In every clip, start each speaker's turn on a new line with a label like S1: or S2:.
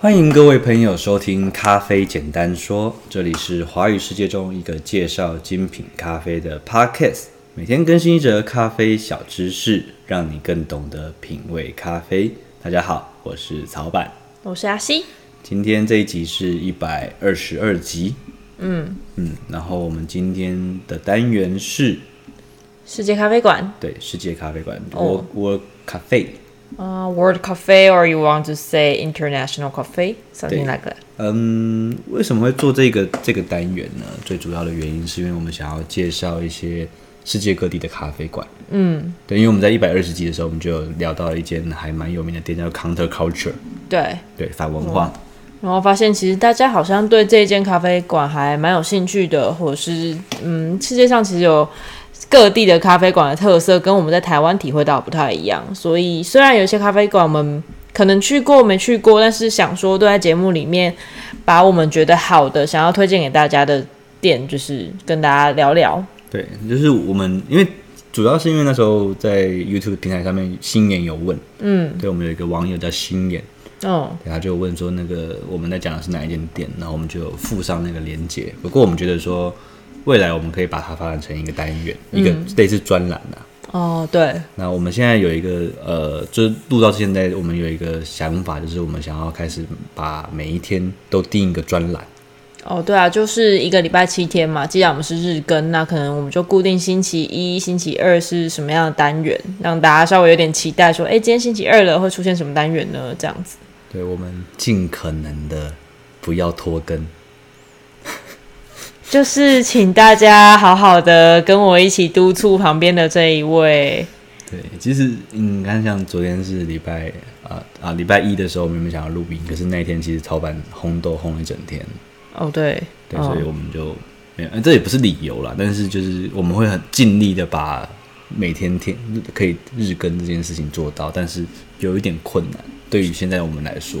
S1: 欢迎各位朋友收听《咖啡简单说》，这里是华语世界中一个介绍精品咖啡的 podcast，每天更新一则咖啡小知识，让你更懂得品味咖啡。大家好，我是曹板，
S2: 我是阿西。
S1: 今天这一集是一百二十二集，嗯嗯，然后我们今天的单元是
S2: 世界咖啡馆
S1: 对世界咖啡馆
S2: 哦
S1: World World Cafe，
S2: 啊、w o r l d Cafe or you want to say International Cafe something
S1: 对
S2: like that？
S1: 嗯，为什么会做这个这个单元呢？最主要的原因是因为我们想要介绍一些世界各地的咖啡馆。嗯，对，因为我们在一百二十集的时候，我们就有聊到一间还蛮有名的店，叫 Counter Culture，
S2: 对，
S1: 对，反文化。
S2: 然后发现其实大家好像对这间咖啡馆还蛮有兴趣的，或者是嗯，世界上其实有各地的咖啡馆的特色跟我们在台湾体会到不太一样，所以虽然有一些咖啡馆我们可能去过没去过，但是想说都在节目里面把我们觉得好的想要推荐给大家的店，就是跟大家聊聊。
S1: 对，就是我们因为主要是因为那时候在 YouTube 平台上面，星眼有问，嗯，对我们有一个网友叫星眼，
S2: 嗯，
S1: 对他就问说那个我们在讲的是哪一间店，然后我们就有附上那个链接。不过我们觉得说，未来我们可以把它发展成一个单元，一个类似专栏啊。
S2: 哦，对，
S1: 那我们现在有一个呃，就是录到现在，我们有一个想法，就是我们想要开始把每一天都定一个专栏。
S2: 哦，对啊，就是一个礼拜七天嘛。既然我们是日更，那可能我们就固定星期一、星期二是什么样的单元，让大家稍微有点期待，说，哎，今天星期二了，会出现什么单元呢？这样子。
S1: 对，我们尽可能的不要拖更。
S2: 就是请大家好好的跟我一起督促旁边的这一位，
S1: 对，其实嗯你看，像昨天是礼拜啊啊礼拜一的时候，我们原本想要录音，可是那一天其实超版烘豆烘了一整天，
S2: 哦，对，
S1: 对，
S2: 哦
S1: 所以我们就没有，呃这也不是理由啦，但是就是我们会很尽力的把每天天可以日更这件事情做到，但是有一点困难，对于现在我们来说，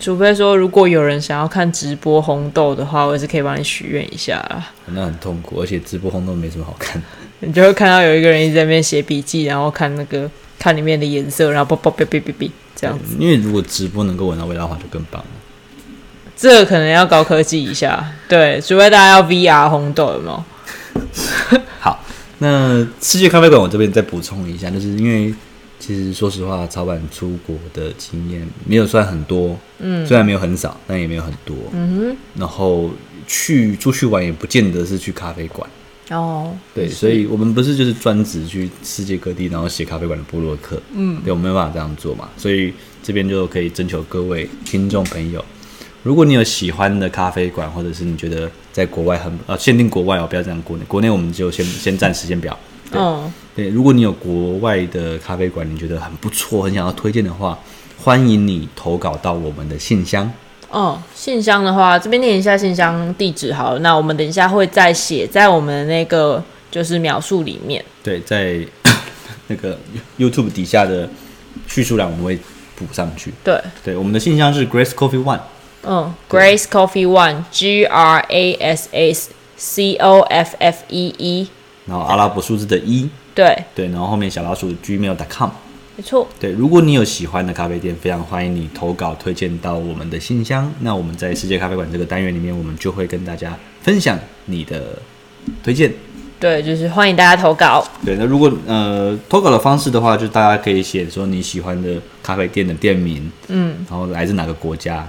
S2: 除非说如果有人想要看直播红豆的话，我也是可以帮你许愿一下啦。
S1: 那很痛苦，而且直播轰动没什么好看。
S2: 你就会看到有一个人一直在那边写笔记，然后看那个看里面的颜色，然后啵啵哔哔哔哔这样子。
S1: 因为如果直播能够闻到味道的话，就更棒了。
S2: 这个可能要高科技一下，对，除非大家要 VR 红豆，有没有？
S1: 好，那世界咖啡馆我这边再补充一下，就是因为其实说实话，早晚出国的经验没有算很多，嗯，虽然没有很少，但也没有很多，嗯哼。然后去出去玩也不见得是去咖啡馆，
S2: 哦，
S1: 对，所以我们不是就是专职去世界各地，然后写咖啡馆的部落客，嗯，对，我们没有办法这样做嘛，所以这边就可以征求各位听众朋友，如果你有喜欢的咖啡馆，或者是你觉得在国外很呃限定国外哦，不要讲国内，国内我们就先先暂时先不要。
S2: 嗯，
S1: 对，如果你有国外的咖啡馆，你觉得很不错，很想要推荐的话，欢迎你投稿到我们的信箱。
S2: 哦，信箱的话，这边念一下信箱地址好了。那我们等一下会再写在我们的那个就是描述里面。
S1: 对，在 那个 YouTube 底下的叙述栏我们会补上去。
S2: 对，
S1: 对，我们的信箱是 Grace Coffee One。
S2: 嗯，Grace Coffee One G R A S S C O F F E E，
S1: 然后阿拉伯数字的一，
S2: 对，
S1: 对，然后后面小老鼠 gmail.com，
S2: 没错。
S1: 对，如果你有喜欢的咖啡店，非常欢迎你投稿推荐到我们的信箱。那我们在世界咖啡馆这个单元里面，我们就会跟大家分享你的推荐。
S2: 对，就是欢迎大家投稿。
S1: 对，那如果呃投稿的方式的话，就大家可以写说你喜欢的咖啡店的店名，嗯，然后来自哪个国家，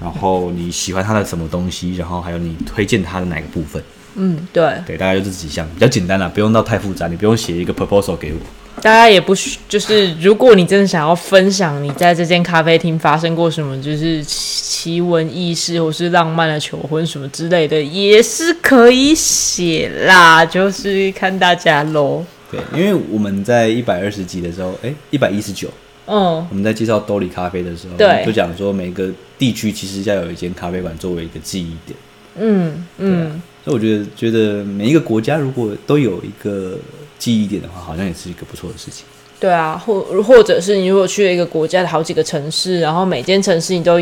S1: 然后你喜欢它的什么东西，然后还有你推荐它的哪个部分。
S2: 嗯，对，
S1: 对，大概就这几项，比较简单啦，不用到太复杂，你不用写一个 proposal 给我。
S2: 大家也不需，就是如果你真的想要分享你在这间咖啡厅发生过什么，就是奇奇闻异事或是浪漫的求婚什么之类的，也是可以写啦，就是看大家喽。
S1: 对，因为我们在一百二十集的时候，哎，一百一十九，
S2: 嗯，
S1: 我们在介绍兜里咖啡的时候，
S2: 对
S1: 我们就讲说每个地区其实要有一间咖啡馆作为一个记忆点。嗯嗯，所以我觉得觉得每一个国家如果都有一个记忆点的话，好像也是一个不错的事情。
S2: 对啊，或或者是你如果去了一个国家的好几个城市，然后每间城市你都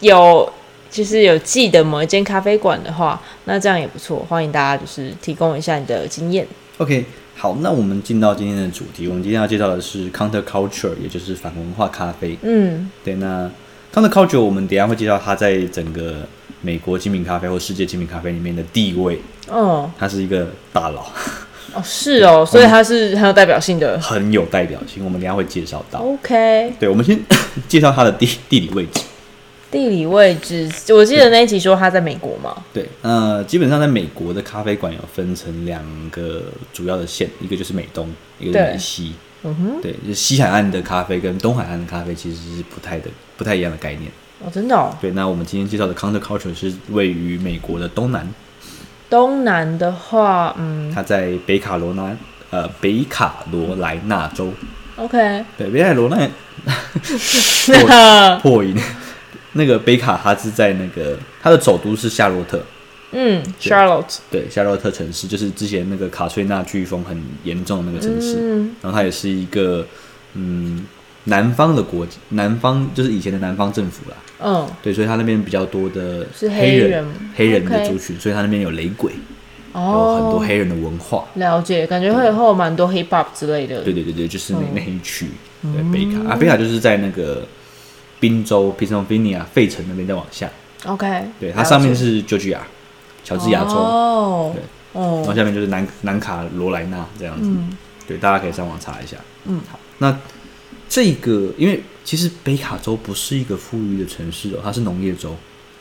S2: 有就是有记得某一间咖啡馆的话，那这样也不错。欢迎大家就是提供一下你的经验。
S1: OK，好，那我们进到今天的主题，我们今天要介绍的是 counter culture，也就是反文化咖啡。
S2: 嗯，
S1: 对，那康的 culture 我们等一下会介绍它在整个美国精品咖啡或世界精品咖啡里面的地位，
S2: 哦
S1: 它是一个大佬，
S2: 哦是哦，所以它是很有代表性的。
S1: 很有代表性，我们等一下会介绍到。
S2: OK，
S1: 对，我们先 介绍它的地地理位置。
S2: 地理位置，我记得那一集说它在美国嘛。
S1: 对，呃，基本上在美国的咖啡馆有分成两个主要的线，一个就是美东，一个是
S2: 对
S1: 美西。
S2: 嗯哼，
S1: 对，就是西海岸的咖啡跟东海岸的咖啡其实是不太的不太一样的概念。
S2: 哦，真的哦。
S1: 对，那我们今天介绍的 counterculture 是位于美国的东南，
S2: 东南的话，嗯
S1: 它在北卡罗来呃北卡罗来纳州。
S2: ，OK，嗯
S1: 对，北卡罗来破音， 那个北卡它是在那个它的首都是夏洛特。
S2: 嗯，Charlotte，
S1: 对，夏洛特城市就是之前那个卡翠娜飓风很严重的那个城市，
S2: 嗯
S1: 然后它也是一个嗯南方的国，南方就是以前的南方政府啦，
S2: 嗯，
S1: 对，所以它那边比较多的
S2: 是
S1: 黑
S2: 黑
S1: 人
S2: 人
S1: 的
S2: OK
S1: 族群，所以它那边有雷鬼，有很多
S2: 哦，
S1: 黑人的文化，
S2: 了解，感觉会会有蛮多 hip hop 之类的。
S1: 对对对对，
S2: 哦
S1: 就是那、那一区，
S2: 嗯
S1: 对北卡啊，北卡就是在那个宾州 Pennsylvania 费城那边再往下，
S2: OK，
S1: 对，它上面
S2: 了解
S1: 是 Georgia 乔治亚州，
S2: 哦
S1: 对，然后
S2: 哦，
S1: 下面就是南南卡罗来纳这样子。对，大家可以上网查一下。
S2: 嗯，
S1: 好，那这个因为其实北卡州不是一个富裕的城市哦，它是农业州，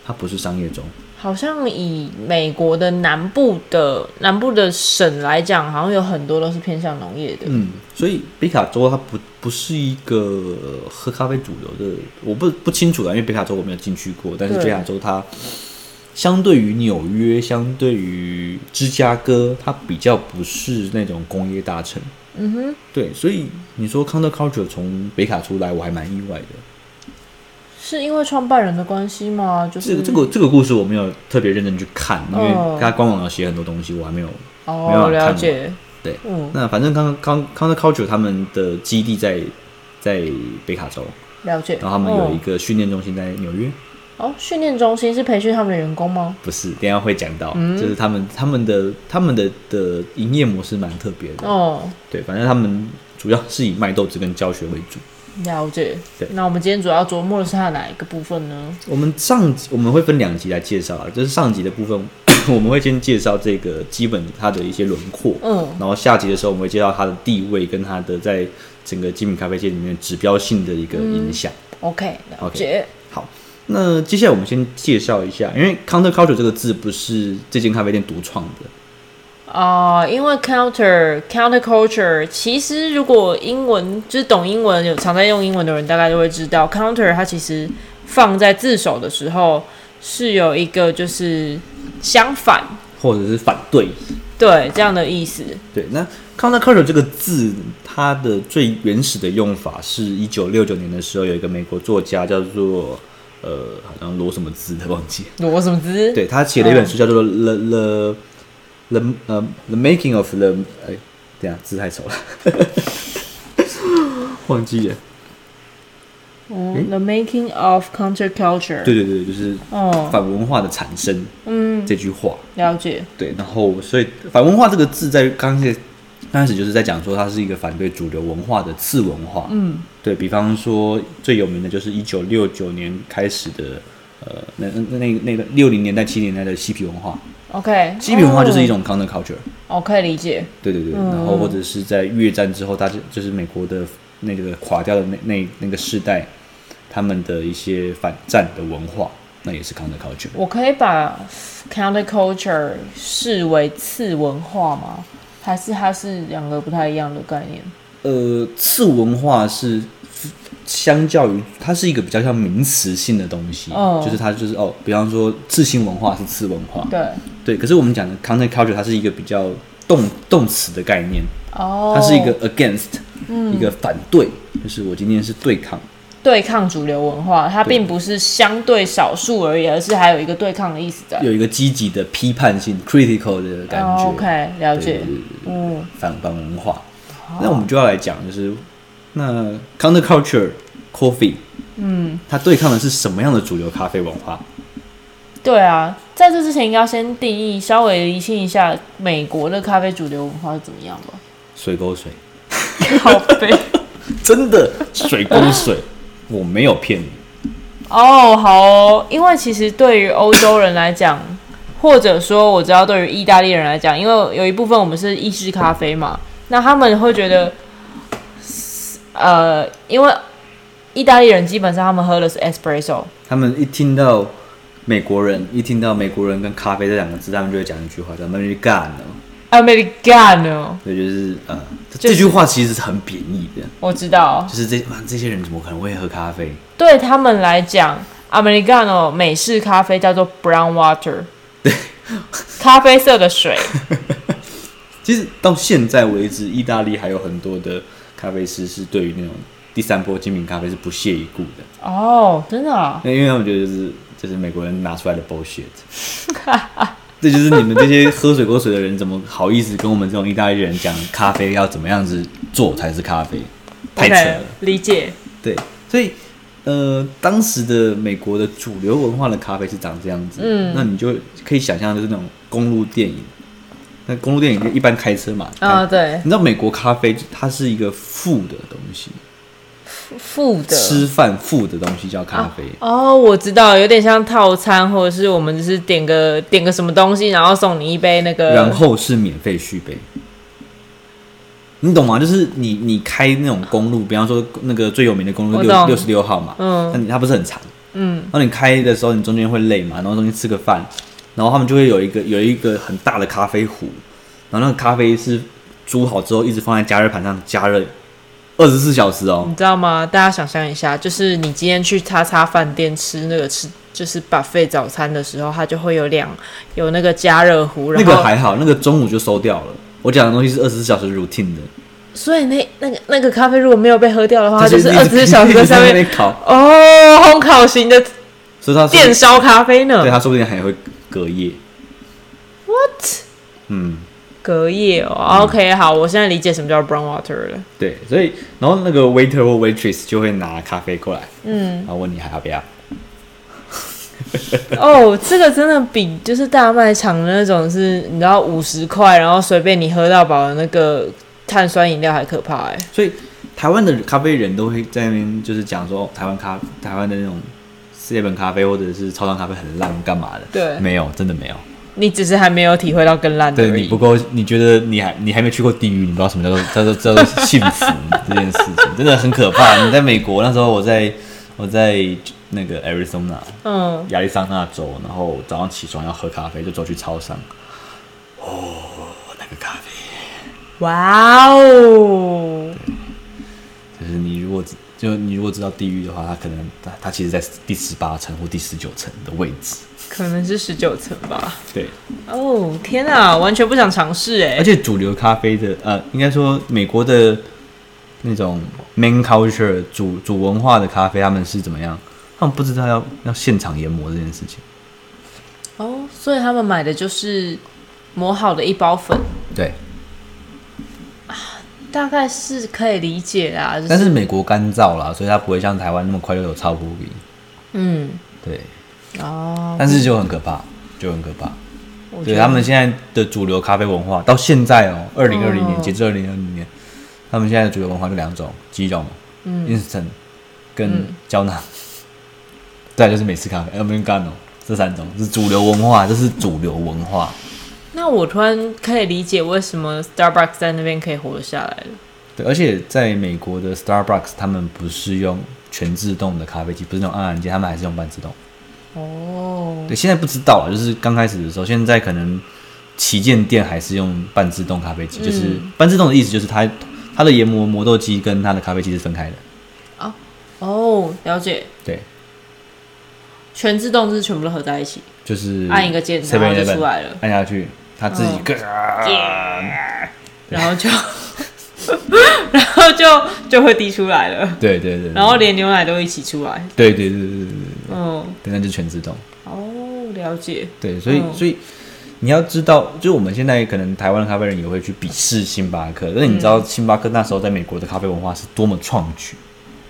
S1: 它不是商业州。
S2: 好像以美国的南部的南部的省来讲，好像有很多都是偏向农业的。
S1: 嗯，所以北卡州它不不是一个呃喝咖啡主流的，我不不清楚啦，因为北卡州我没有进去过，但是
S2: 对
S1: 北卡州它相对于纽约，相对于芝加哥，它比较不是那种工业大城。
S2: 嗯哼，
S1: 对，所以你说 counterculture 从北卡出来，我还蛮意外的。
S2: 是因为创办人的关系吗？就
S1: 这
S2: 是
S1: 个这个这个故事我没有特别认真去看，因为
S2: 嗯哦
S1: 它官网有写很多东西，我还没有。没有
S2: 哦，
S1: 看
S2: 了
S1: 完
S2: 解，
S1: 对
S2: 嗯，
S1: 那反正刚刚刚 counterculture 他们的基地在在北卡州，
S2: 了解。
S1: 然后他们有一
S2: 哦
S1: 个训练中心在纽约，
S2: 哦，训练中心是培训他们的员工吗？
S1: 不是，等一下会讲到，
S2: 嗯
S1: 就是他们他们的他们的的营业模式蛮特别的，
S2: 哦，
S1: 对，反正他们主要是以卖豆子跟教学为主。
S2: 了解
S1: 对。
S2: 那我们今天主要琢磨的是它的哪一个部分呢？
S1: 我们上集我们会分两集来介绍啊，就是上集的部分 我们会先介绍这个基本它的一些轮廓，
S2: 嗯，
S1: 然后下集的时候，我们会介绍它的地位跟它的在整个精品咖啡界里面指标性的一个影响。
S2: OK，了解。
S1: 嗯好，那接下来我们先介绍一下，因为 counterculture 这个字不是这间咖啡店独创的，
S2: 啊、因为 counter counterculture，其实如果英文就是懂英文有常在用英文的人，大概就会知道 counter 它其实放在字首的时候是有一个就是相反
S1: 或者是反对。
S2: 对这样的意思。
S1: 对，那 counterculture 这个字，它的最原始的用法是一九六九年的时候，有一个美国作家叫做呃，好像罗什么兹的忘记了，
S2: 罗什么 兹？
S1: 对他写了一本书叫做《The The The 呃 The Making of the》哎，等一下字太丑了，忘记了。
S2: 嗯，The making of counterculture。
S1: 对对对，就是
S2: 哦，
S1: 反文化的产生
S2: 嗯，
S1: 这句话。
S2: 了解。
S1: 对，然后所以反文化这个字在刚开始刚开始就是在讲说它是一个反对主流文化的次文化。
S2: 嗯，
S1: 对比方说最有名的就是一九六九年开始的。呃，那那那那个六零年代、七零年代的嬉皮文化，
S2: OK，
S1: 嬉皮文化就是一种 counterculture，、
S2: 哦，可以理解。
S1: 对对对，
S2: 嗯
S1: 然后或者是在越战之后，大家就是美国的那个垮掉的那那那个世代，他们的一些反战的文化，那也是 counterculture。
S2: 我可以把 counterculture 视为次文化吗？还是它是两个不太一样的概念？
S1: 呃，次文化是相较于它是一个比较像名词性的东西，
S2: 哦
S1: 就是它就是哦，比方说次新文化是次文化，
S2: 对，
S1: 对。可是我们讲的 counterculture，它是一个比较动动词的概念，
S2: 哦，嗯
S1: 它是一个 against，、一个反对，就是我今天是对抗。
S2: 对抗主流文化，它并不是相对少数而已，而是还有一个对抗的意思在。
S1: 有一个积极的批判性 （critical） 的感觉。
S2: 哦 OK，
S1: 对
S2: 了
S1: 对
S2: 解哦
S1: 对。对
S2: 嗯，
S1: 反反文化。那我们就要来讲，就是那 counterculture coffee，嗯，它对抗的是什么样的主流咖啡文化？
S2: 对啊，在这之前应该要先定义，稍微厘清一下美国的咖啡主流文化是怎么样吧。
S1: 水沟水，
S2: 咖啡。
S1: 真的水沟水，我没有骗你。
S2: 哦，好哦，因为其实对于欧洲人来讲，或者说我知道对于意大利人来讲，因为有一部分我们是意式咖啡嘛，那他们会觉得，呃，因为意大利人基本上他们喝的是 espresso，
S1: 他们一听到美国人，一听到美国人跟咖啡这两个字，他们就会讲一句话叫 “Americano”，
S2: Americano，
S1: 对，就是呃，
S2: 就
S1: 这
S2: 是
S1: 句话其实是很贬义的，
S2: 我知道，
S1: 就是这妈这些人怎么可能会喝咖啡？
S2: 对他们来讲，Americano 美式咖啡叫做 brown water，咖啡色 的水。
S1: 其实到现在为止，意大利还有很多的咖啡师是对于那种第三波精品咖啡是不屑一顾的，
S2: 哦，真的啊、
S1: 那因为他们觉得就是就是美国人拿出来的 bullshit，这就是你们这些喝水果水的人怎么好意思跟我们这种意大利人讲咖啡要怎么样子做才是咖啡，太扯
S2: OK，
S1: 了。
S2: 理解。
S1: 对，所以呃，当时的美国的主流文化的咖啡是长这样子，
S2: 嗯
S1: 那你就可以想象就是那种公路电影，那公路电影就一般开车嘛，
S2: 啊、
S1: 开
S2: 对，
S1: 你知道美国咖啡它是一个富的东西，
S2: 负的。
S1: 吃饭富的东西叫咖啡。
S2: 哦，我知道，有点像套餐，或者是我们只是点个点个什么东西，然后送你一杯那个。
S1: 然后是免费续杯。你懂吗？就是你你开那种公路，比方说那个最有名的公路
S2: 我
S1: 六
S2: 懂
S1: 六十六号嘛，
S2: 嗯
S1: 那你它不是很长，
S2: 嗯，
S1: 然后你开的时候你中间会累嘛，然后中间吃个饭，然后他们就会有一个有一个很大的咖啡壶，然后那个咖啡是煮好之后一直放在加热盘上加热二十四小时哦，
S2: 你知道吗？大家想象一下，就是你今天去叉叉饭店吃那个吃，就是 buffet 早餐的时候，它就会有两有那个加热壶，
S1: 那
S2: 然后、
S1: 个还好，那个中午就收掉了。我讲的东西是二十四小时 routine 的，
S2: 所以那那个那个咖啡如果没有被喝掉的话，它
S1: 它
S2: 哦就是二
S1: 一
S2: 十
S1: 直
S2: 四小时
S1: 一
S2: 在
S1: 直
S2: 上
S1: 在那
S2: 面
S1: 边烤，
S2: 哦，烘烤型的
S1: 所以它
S2: 电烧咖啡呢
S1: 对，他说不定还会隔夜。
S2: ？What？
S1: 嗯，
S2: 隔夜哦、o k 好，我现在理解什么叫 brown water 了。
S1: 对，所以然后那个 waiter 或 waitress 就会拿咖啡过来，
S2: 嗯，
S1: 然后问你还要不要。
S2: 哦，这个真的比就是大卖场的那种是，你知道五十块，然后随便你喝到饱的那个碳酸饮料还可怕哎、
S1: 所以台湾的咖啡人都会在那边就是讲说，哦台湾咖台湾的那种 seven 咖啡或者是超商咖啡很烂干嘛的？
S2: 对
S1: 没有，真的没有。
S2: 你只是还没有体会到更烂的
S1: 对
S2: 而
S1: 你
S2: 已
S1: 不。够，你觉得你还你还没去过地狱，你不知道什么叫做叫做叫做幸福这件事情，真的很可怕。你在美国那时候，我在我在那个 Arizona，
S2: 嗯，
S1: 亚利桑那州，然后早上起床要喝咖啡，就走去超商。哦，那个咖啡，
S2: 哇哦，
S1: 就是你如果知就你如果知道地狱的话，它可能它它其实在第十八层或第十九层的位置。
S2: 可能是十九层吧。
S1: 对，
S2: 哦，天啊，完全不想尝试哎
S1: 而。且主流咖啡的呃，应该说美国的那种 main culture 主主文化的咖啡，他们是怎么样？他们不知道要要现场研磨这件事情。
S2: 哦，所以他们买的就是磨好的一包粉，
S1: 对，
S2: 大概是可以理解啦。就
S1: 但是美国干燥啦，所以它不会像台湾那么快就有超扑鼻。
S2: 嗯，
S1: 对，
S2: 哦，
S1: 但是就很可怕，就很可怕。
S2: 我觉
S1: 对
S2: 得嗯
S1: 他们现在的主流咖啡文化，到现在哦，二零二零年截至二零二零年，他们现在的主流文化就两种，几种、i
S2: 嗯
S1: n s t a n t 跟胶囊， 再就是美式咖啡 a m e r i c a 这三种是主流文化，这是主流文化。
S2: 那我突然可以理解为什么 Starbucks 在那边可以活得下来了。
S1: 对，而且在美国的 Starbucks，他们不是用全自动的咖啡机，不是那种按按键，他们还是用半自动。
S2: 哦，
S1: 对，现在不知道了，就是刚开始的时候，现在可能旗舰店还是用半自动咖啡
S2: 嗯
S1: 机，就是半自动的意思就是它它的研磨磨豆机跟它的咖啡机是分开的，
S2: 哦，了解，
S1: 对，
S2: 全自动就是全部都合在一起，
S1: 就是
S2: 按一个键，然后就出来了，
S1: 按下去，它自己
S2: 嗯
S1: 咯、
S2: 然后就， 然后就就会滴出来了，
S1: 对对对对，
S2: 然后连牛奶都一起出来。
S1: 对对对对对对对，
S2: 嗯，
S1: 对那就是全自动，
S2: 哦，了解。
S1: 对，所以、
S2: 嗯
S1: 所以。你要知道，就是我们现在可能台湾的咖啡人也会去鄙视星巴克，但是你知道星巴克那时候在美国的咖啡文化是多么创举，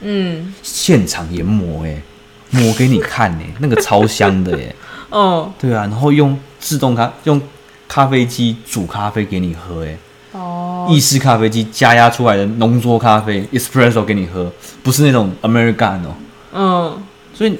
S2: 嗯，
S1: 现场研磨哎、磨给你看哎、 那个超香的哎、
S2: 哦，
S1: 对啊，然后用自动咖用咖啡机煮咖啡给你喝哎、
S2: 哦，
S1: 意式咖啡机加压出来的浓缩咖啡 espresso 给你喝，不是那种 americano，
S2: 嗯，
S1: 所以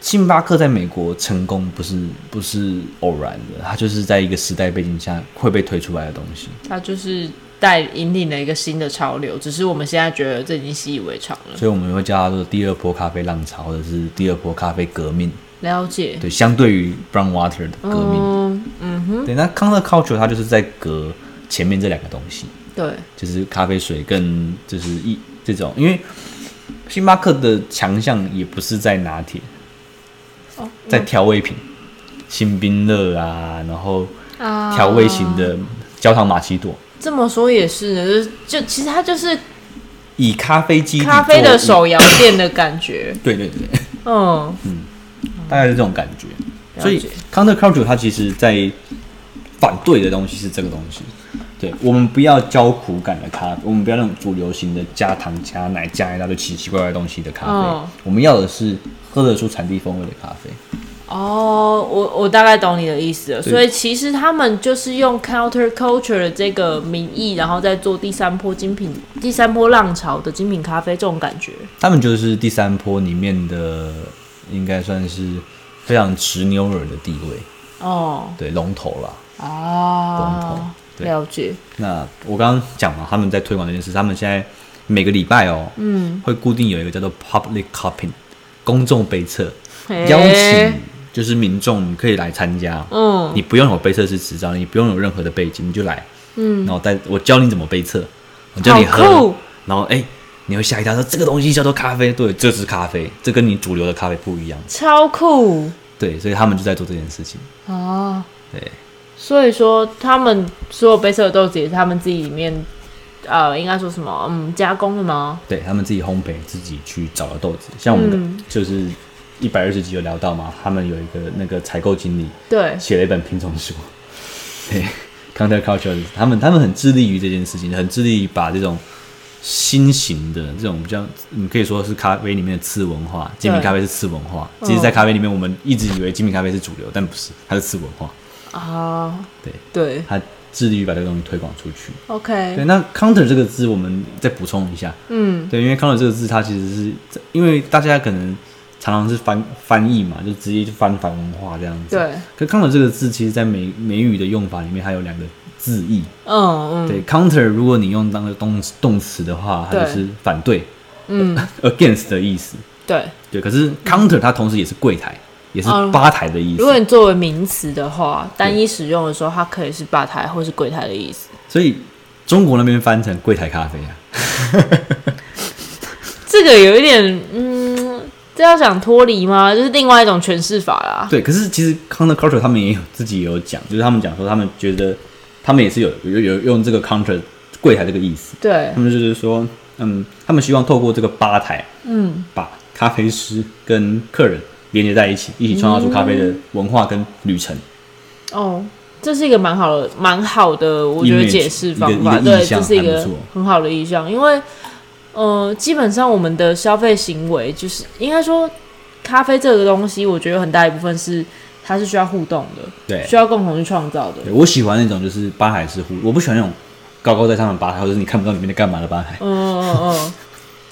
S1: 星巴克在美国成功不是不是偶然的，它就是在一个时代背景下会被推出来的东西。
S2: 它就是带引领了一个新的潮流，只是我们现在觉得这已经习以为常了。
S1: 所以我们会叫它做第二波咖啡浪潮，或者是第二波咖啡革命。
S2: 了解，
S1: 对，相对于 Brown Water 的革命，
S2: 嗯嗯哼，
S1: 对，那 Counter Culture 它就是在革前面这两个东西，
S2: 对，
S1: 就是咖啡水跟就是一这种，因为星巴克的强项也不是在拿铁，
S2: 哦
S1: 在调味品，新冰乐啊，然后
S2: 啊
S1: 调味型的焦糖玛奇朵，
S2: 这么说也是呢，就是就其实它就是
S1: 以咖啡基底
S2: 咖啡的
S1: 做
S2: 手摇店的感觉
S1: 物，，对对对，
S2: 嗯，
S1: 大概是这种感觉。嗯
S2: 了解
S1: 所以 Counter Culture 它其实在反对的东西是这个东西。对我们不要焦苦感的咖啡，我们不要那种主流型的加糖、加奶、加一大堆奇奇怪怪的东西的咖啡，
S2: 嗯
S1: 我们要的是喝得出产地风味的咖啡。
S2: 哦，我我大概懂你的意思了。
S1: 对
S2: 所以其实他们就是用 counter culture 的这个名义，然后再做第三波精品、第三波浪潮的精品咖啡这种感觉。
S1: 他们就是第三波里面的，应该算是非常执牛耳的地位，
S2: 哦，
S1: 对龙头啦。头
S2: 哦，
S1: 对
S2: 了解。
S1: 那我刚刚讲嘛，他们在推广这件事，他们现在每个礼拜哦，嗯，会固定有一个叫做 public cupping 公众杯测，
S2: 嘿
S1: 邀请就是民众可以来参加。
S2: 哎嗯
S1: 你不用有杯测师执照，你不用有任何的背景，你就来。
S2: 嗯，
S1: 然后带我教你怎么杯测，我教你
S2: 好酷
S1: 喝，然后哎、你会吓一跳，说这个东西叫做咖啡，对，这是咖啡，这跟你主流的咖啡不一样。
S2: 超酷
S1: 对，所以他们就在做这件事情。
S2: 哦。
S1: 对，
S2: 所以说，他们所有杯测的豆子也是他们自己里面，呃，应该说什么？嗯，加工的吗？
S1: 对他们自己烘焙，自己去找的豆子。像我们
S2: 嗯
S1: 的就是一百二十集有聊到嘛，他们有一个那个采购经理
S2: 对，
S1: 写了一本品种书， 对，Counter Culture，他们他们很致力于这件事情，很致力于把这种新型的这种比较，你可以说是咖啡里面的次文化，精品
S2: 对
S1: 咖啡是次文化。
S2: 嗯
S1: 其实，在咖啡里面，我们一直以为精品咖啡是主流，但不是，它是次文化。
S2: 啊，
S1: 对，
S2: 对
S1: 它致力于把这个东西推广出去。哎对，
S2: ，OK，
S1: 那 Counter 这个字，我们再补充一下。
S2: 嗯，
S1: 对，因为 counter 这个字，它其实是因为大家可能常常是翻翻译嘛，就直接就翻反文化这样子。。
S2: 对，
S1: 可 counter 这个字，其实在美美语的用法里面，它有两个字义。
S2: 嗯嗯
S1: 对，counter 如果你用当个动动词的话，它就
S2: 对
S1: 是反对
S2: 嗯，
S1: ，against 的意思。
S2: 对。
S1: 对，可是 counter 它同时也是柜台，也是
S2: 嗯
S1: 吧台的意思。
S2: 如果你作为名词的话，单一使用的时候，它可以是吧台或是柜台的意思。
S1: 所以中国那边翻成柜台咖啡啊。
S2: 这个有一点，嗯，这要想脱离吗？就是另外一种诠释法啦。
S1: 对，可是其实 counter culture 他们也有自己也有讲，就是他们讲说他们觉得他们也是有有有用这个 counter 柜台这个意思。
S2: 对
S1: 他，们就是说，嗯，他们希望透过这个吧台，
S2: 嗯，
S1: 把咖啡师跟客人连接在一起，一起创造出咖啡的文化跟旅程。
S2: 哦，这是一个蛮好的、蛮好的，我觉得
S1: Image，
S2: 解释方
S1: 一
S2: 法。
S1: 个一个
S2: 对，
S1: 意象
S2: 这是一
S1: 还
S2: 个
S1: 不错
S2: 很好的意向，因为呃，基本上我们的消费行为就是应该说，咖啡这个东西，我觉得很大一部分是它是需要互动的，
S1: 对
S2: 需要共同去创造的。
S1: 对我喜欢那种就是吧台式互，我不喜欢那种高高在上的吧台，或者是你看不到里面在干嘛的吧台。
S2: 嗯嗯嗯嗯，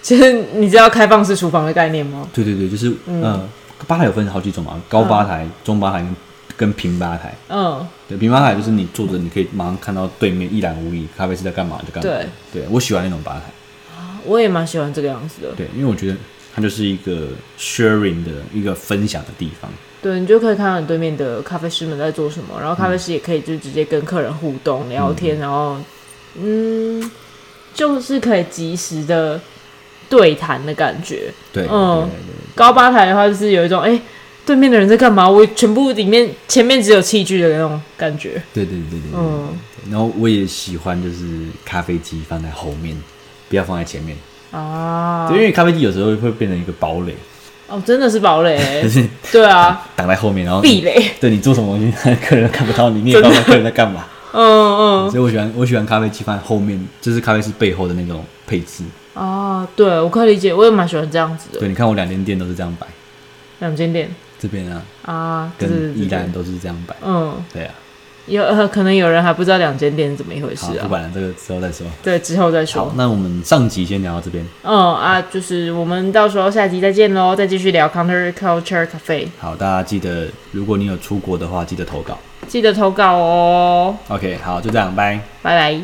S2: 就是你知道开放式厨房的概念吗？
S1: 对对对，就是嗯、呃吧台有分好几种嘛，高吧台、中吧台跟跟平吧台。
S2: 嗯，
S1: 对，平吧台就是你坐着，你可以马上看到对面一览无遗，咖啡师在干嘛就干嘛。
S2: 对，
S1: 对我喜欢那种吧台。
S2: 我也蛮喜欢这个样子的。
S1: 对，因为我觉得它就是一个 sharing 的一个分享的地方。
S2: 对你就可以看到你对面的咖啡师们在做什么，然
S1: 嗯
S2: 后咖啡师也可以就直接跟客人互动聊天，然后嗯，就是可以及时的对谈的感觉。
S1: 对，对对
S2: 嗯
S1: 对
S2: 高吧台的话，就是有一种哎、诶对面的人在干嘛？我全部里面前面只有器具的那种感觉。
S1: 对对对对对。
S2: 嗯
S1: 然后我也喜欢就是咖啡机放在后面，不要放在前面，
S2: 啊
S1: 对，因，为咖啡机有时候会变成一个堡垒，
S2: 哦，真的是堡垒、欸
S1: 就 是
S2: 对啊，
S1: 挡在后面，然后
S2: 壁垒。
S1: 对你做什么东西，客人看不到你，你也不知道客人在干 嘛。
S2: 嗯嗯，
S1: 所以我喜欢我喜欢咖啡机放在后面，就是咖啡师背后的那种配置。
S2: 啊，对我可以理解，我也蛮喜欢这样子的。
S1: 对，你看我两间店都是这样摆，
S2: 两间店
S1: 这边啊
S2: 啊，对对
S1: 跟
S2: 对
S1: 依
S2: 对
S1: 兰，都是这样摆。
S2: 嗯。
S1: 对啊，
S2: 有、呃、可能有人还不知道两间店是怎么一回事
S1: 好，不
S2: 啊。
S1: 管了，这个之后再说。
S2: 对，之后再
S1: 好
S2: 说，。
S1: 那我们上集先聊到这边。
S2: 嗯啊，就是我们到时候下集再见喽，再继续聊 Counter Culture Cafe，
S1: 好，大家记得，如果你有出国的话，记得投稿。
S2: 记得投稿哦，
S1: OK，好，就这样，拜。
S2: 拜拜。